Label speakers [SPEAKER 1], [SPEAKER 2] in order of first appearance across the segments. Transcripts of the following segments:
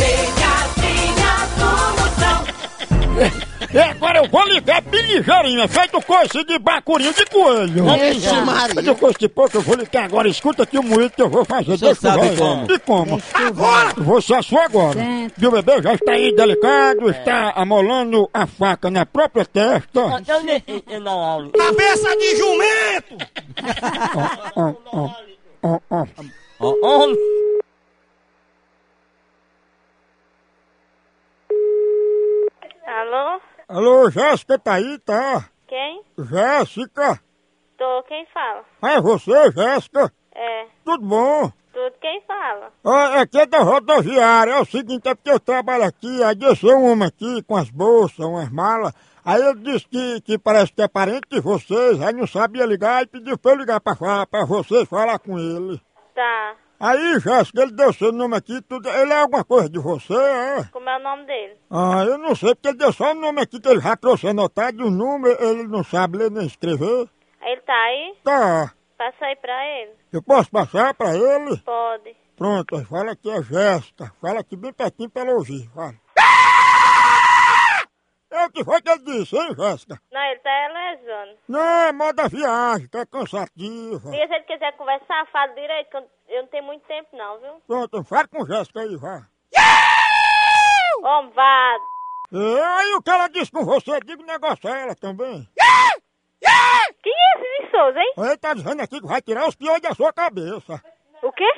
[SPEAKER 1] E É, agora eu vou ligar bem ligeirinho, é feito coice de bacurinho de coelho.
[SPEAKER 2] Ixi, Maria.
[SPEAKER 1] Feito coice de pouco, eu vou ligar agora. Escuta aqui o moído que eu vou fazer. Deixa
[SPEAKER 3] Você
[SPEAKER 1] eu
[SPEAKER 3] sabe
[SPEAKER 1] ver.
[SPEAKER 3] como.
[SPEAKER 1] E como?
[SPEAKER 2] Deixa eu ver.
[SPEAKER 1] Agora! Você é só agora.
[SPEAKER 4] Certo.
[SPEAKER 1] E o bebê já está aí delicado, está amolando a faca na própria testa.
[SPEAKER 3] Até o dentista não olha.
[SPEAKER 2] Cabeça de jumento!
[SPEAKER 1] Ó, ó, ó, ó.
[SPEAKER 3] Ó, ó,
[SPEAKER 5] Alô?
[SPEAKER 1] Alô, Jéssica tá aí, tá?
[SPEAKER 5] Quem?
[SPEAKER 1] Jéssica?
[SPEAKER 5] Tô, quem fala?
[SPEAKER 1] Ah, é você, Jéssica?
[SPEAKER 5] É,
[SPEAKER 1] Tudo bom?
[SPEAKER 5] tudo quem fala?
[SPEAKER 1] Ah, aqui é da rodoviária, é o seguinte, é porque eu trabalho aqui, aí desceu um homem aqui com as bolsas, umas malas, aí ele disse que, que parece que é parente de vocês, aí não sabia ligar, e pediu pra eu ligar pra, fa- pra vocês falar com ele.
[SPEAKER 5] Tá,
[SPEAKER 1] Aí, Jéssica, ele deu seu nome aqui, tudo, ele é alguma coisa de você, é?
[SPEAKER 5] como é o nome dele?
[SPEAKER 1] Ah, eu não sei, porque ele deu só o nome aqui que ele já trouxe anotado, e o número ele não sabe ler nem escrever.
[SPEAKER 5] Ele tá aí?
[SPEAKER 1] Tá,
[SPEAKER 5] Passa aí pra ele.
[SPEAKER 1] eu posso passar pra ele?
[SPEAKER 5] Pode.
[SPEAKER 1] Pronto, aí fala que é Jéssica. Fala aqui bem pertinho pra ela ouvir, fala. É o que foi que ele disse, hein, Jéssica?
[SPEAKER 5] Não, ele tá lesando.
[SPEAKER 1] Não, é moda viagem, tá cansativa.
[SPEAKER 5] E se ele quiser conversar, fala direito, que eu- eu não tenho muito tempo não, viu?
[SPEAKER 1] Pronto, fala com Jéssica aí, vá.
[SPEAKER 5] Homem, vá.
[SPEAKER 1] É, aí o que ela disse com você, diga o negócio a ela também.
[SPEAKER 5] Quem é esse de Souza, hein?
[SPEAKER 1] Ele tá dizendo aqui que vai tirar os piões da sua cabeça.
[SPEAKER 5] O quê?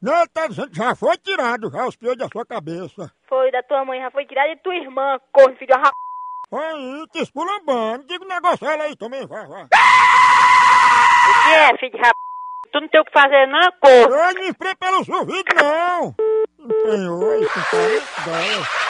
[SPEAKER 1] Não, ele tá dizendo que já foi tirado já os piões da sua cabeça.
[SPEAKER 5] Foi da tua mãe, já foi tirada de tua irmã, corno, filho da ra...
[SPEAKER 1] Aí, te esculambando, diga o negócio a ela aí também, vá, vá.
[SPEAKER 5] O que é, filho de ra... Tu não tem o que fazer não, corno.
[SPEAKER 1] Eu não emprei pelos ouvidos, não! Empenhou aí com 40 dólares.